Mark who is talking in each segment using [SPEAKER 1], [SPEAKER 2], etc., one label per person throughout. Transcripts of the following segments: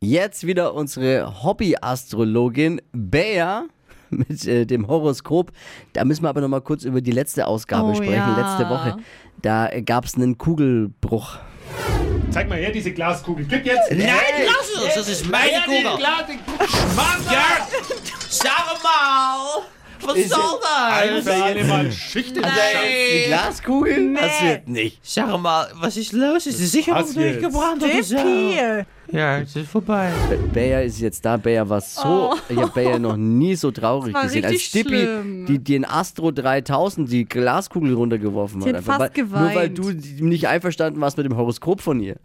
[SPEAKER 1] Jetzt wieder unsere Hobby-Astrologin Bea mit äh, dem Horoskop. Da müssen wir aber nochmal kurz über die letzte Ausgabe
[SPEAKER 2] Oh
[SPEAKER 1] sprechen,
[SPEAKER 2] ja.
[SPEAKER 1] letzte Woche. Da gab es einen Kugelbruch.
[SPEAKER 3] Zeig mal her, diese Glaskugel. Gib jetzt!
[SPEAKER 4] Nein, lass es! Das ist meine
[SPEAKER 3] Her, die
[SPEAKER 4] Kugel!
[SPEAKER 3] Glas- Schwamm!
[SPEAKER 4] Ja! Sag mal! Was soll
[SPEAKER 3] Ein
[SPEAKER 4] das?
[SPEAKER 3] für alle Mal Schicht in
[SPEAKER 1] Äh, Die
[SPEAKER 4] also Nein!
[SPEAKER 1] Glaskugel passiert nicht.
[SPEAKER 4] Sag mal, was ist los? Ist die Sicherung
[SPEAKER 3] Was jetzt?
[SPEAKER 4] durchgebrannt oder so?
[SPEAKER 2] Pier.
[SPEAKER 4] Ja, es ist vorbei.
[SPEAKER 1] Bea ist jetzt da. Bea war so.
[SPEAKER 2] Oh.
[SPEAKER 1] Ich habe Bea noch nie so traurig
[SPEAKER 2] war
[SPEAKER 1] gesehen. Als
[SPEAKER 2] richtig
[SPEAKER 1] Stippi
[SPEAKER 2] schlimm.
[SPEAKER 1] die den Astro 3000 die Glaskugel runtergeworfen
[SPEAKER 2] Die
[SPEAKER 1] hat.
[SPEAKER 2] hat
[SPEAKER 1] einfach,
[SPEAKER 2] fast
[SPEAKER 1] weil, nur weil
[SPEAKER 2] geweint.
[SPEAKER 1] du nicht einverstanden warst mit dem Horoskop von ihr.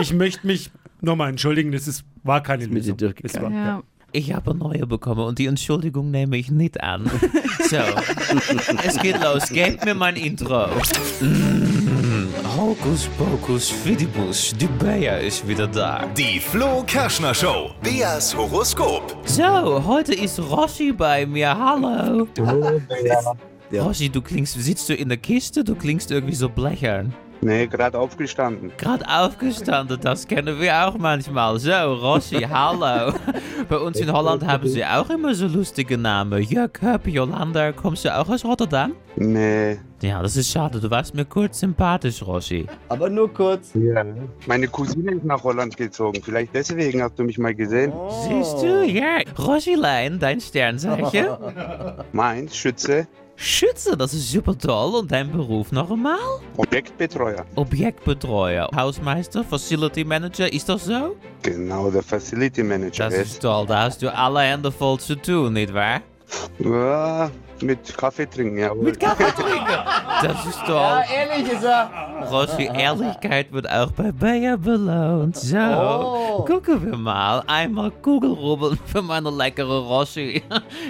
[SPEAKER 3] Ich möchte mich nochmal entschuldigen, das ist, war keine
[SPEAKER 1] mit dir
[SPEAKER 3] Lösung. Es war,
[SPEAKER 1] durchgegangen.
[SPEAKER 2] Ja.
[SPEAKER 4] Ich habe eine neue bekommen und die Entschuldigung nehme ich nicht an. So, es geht los. Gebt mir mein Intro. Mm, Hokus pokus fidibus, die Bea ist wieder da.
[SPEAKER 5] Die Flo Kerschner Show. Beas Horoskop.
[SPEAKER 4] So, heute ist Rossi bei mir. Hallo. Rossi, du klingst, sitzt du in der Kiste? Du klingst irgendwie so blechern.
[SPEAKER 6] Nee, gerade aufgestanden.
[SPEAKER 4] Gerade aufgestanden, das kennen wir auch manchmal. So, Rossi, hallo. Bei uns in Holland haben sie auch immer so lustige Namen. Jörg Köpp, Jolanda, kommst du auch aus Rotterdam?
[SPEAKER 6] Nee.
[SPEAKER 4] Ja, das ist schade. Du warst mir kurz sympathisch, Rossi.
[SPEAKER 1] Aber nur kurz.
[SPEAKER 6] Ja. Meine Cousine ist nach Holland gezogen. Vielleicht deswegen hast du mich mal gesehen.
[SPEAKER 4] Siehst du? Ja. Rossilein, dein Sternzeichen.
[SPEAKER 6] Meins, Schütze,
[SPEAKER 4] Schütze, das ist super toll. Und dein Beruf nochmal?
[SPEAKER 6] Objektbetreuer.
[SPEAKER 4] Objektbetreuer, Hausmeister, Facility Manager, ist das so?
[SPEAKER 6] Genau, der Facility Manager
[SPEAKER 4] Das ist
[SPEAKER 6] ist.
[SPEAKER 4] toll, da hast du alle Hände voll zu tun, nicht wahr?
[SPEAKER 6] Ja, mit Kaffee trinken, ja.
[SPEAKER 4] Mit Kaffee trinken. Das ist toll. Ja,
[SPEAKER 1] Oh.
[SPEAKER 4] ehrlich ist er. Rossi, Ehrlichkeit wird auch bei Bayer belohnt. So, gucken wir mal. Einmal Kugelrubbeln für meine leckere Rossi.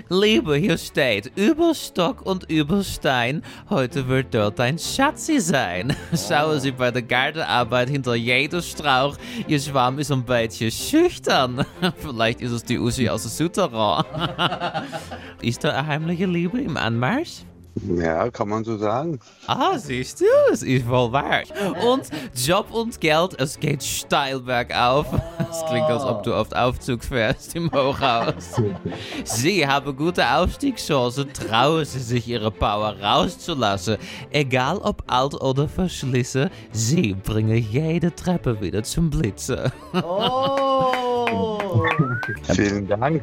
[SPEAKER 4] Liebe, hier steht, über Stock und über Stein, heute wird dort ein Schatzi sein. Schauen Sie bei der Gartenarbeit hinter jedem Strauch, Ihr Schwarm ist ein bisschen schüchtern. Vielleicht ist es die Uschi aus der Souterrain. Ist da eine heimliche Liebe im Anmarsch?
[SPEAKER 6] Ja, kann man so sagen.
[SPEAKER 4] Ah, siehst du, es ist wohl wahr. Und Job und Geld, es geht steil bergauf. Es klingt, als ob du auf den Aufzug fährst im Hochhaus. Sie haben gute Aufstiegschancen, trauen Sie sich Ihre Power rauszulassen. Egal ob alt oder verschlissen, Sie bringen jede Treppe wieder zum Blitzen.
[SPEAKER 6] Vielen Dank.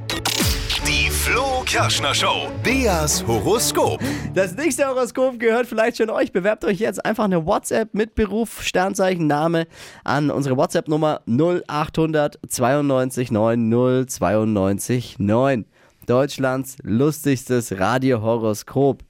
[SPEAKER 5] Die Flo Kerschner Show. Beas Horoskop.
[SPEAKER 1] Das nächste Horoskop gehört vielleicht schon euch. Bewerbt euch jetzt einfach eine WhatsApp mit Beruf, Sternzeichen, Name an unsere WhatsApp-Nummer 0800 92 9 092 9. Deutschlands lustigstes Radiohoroskop.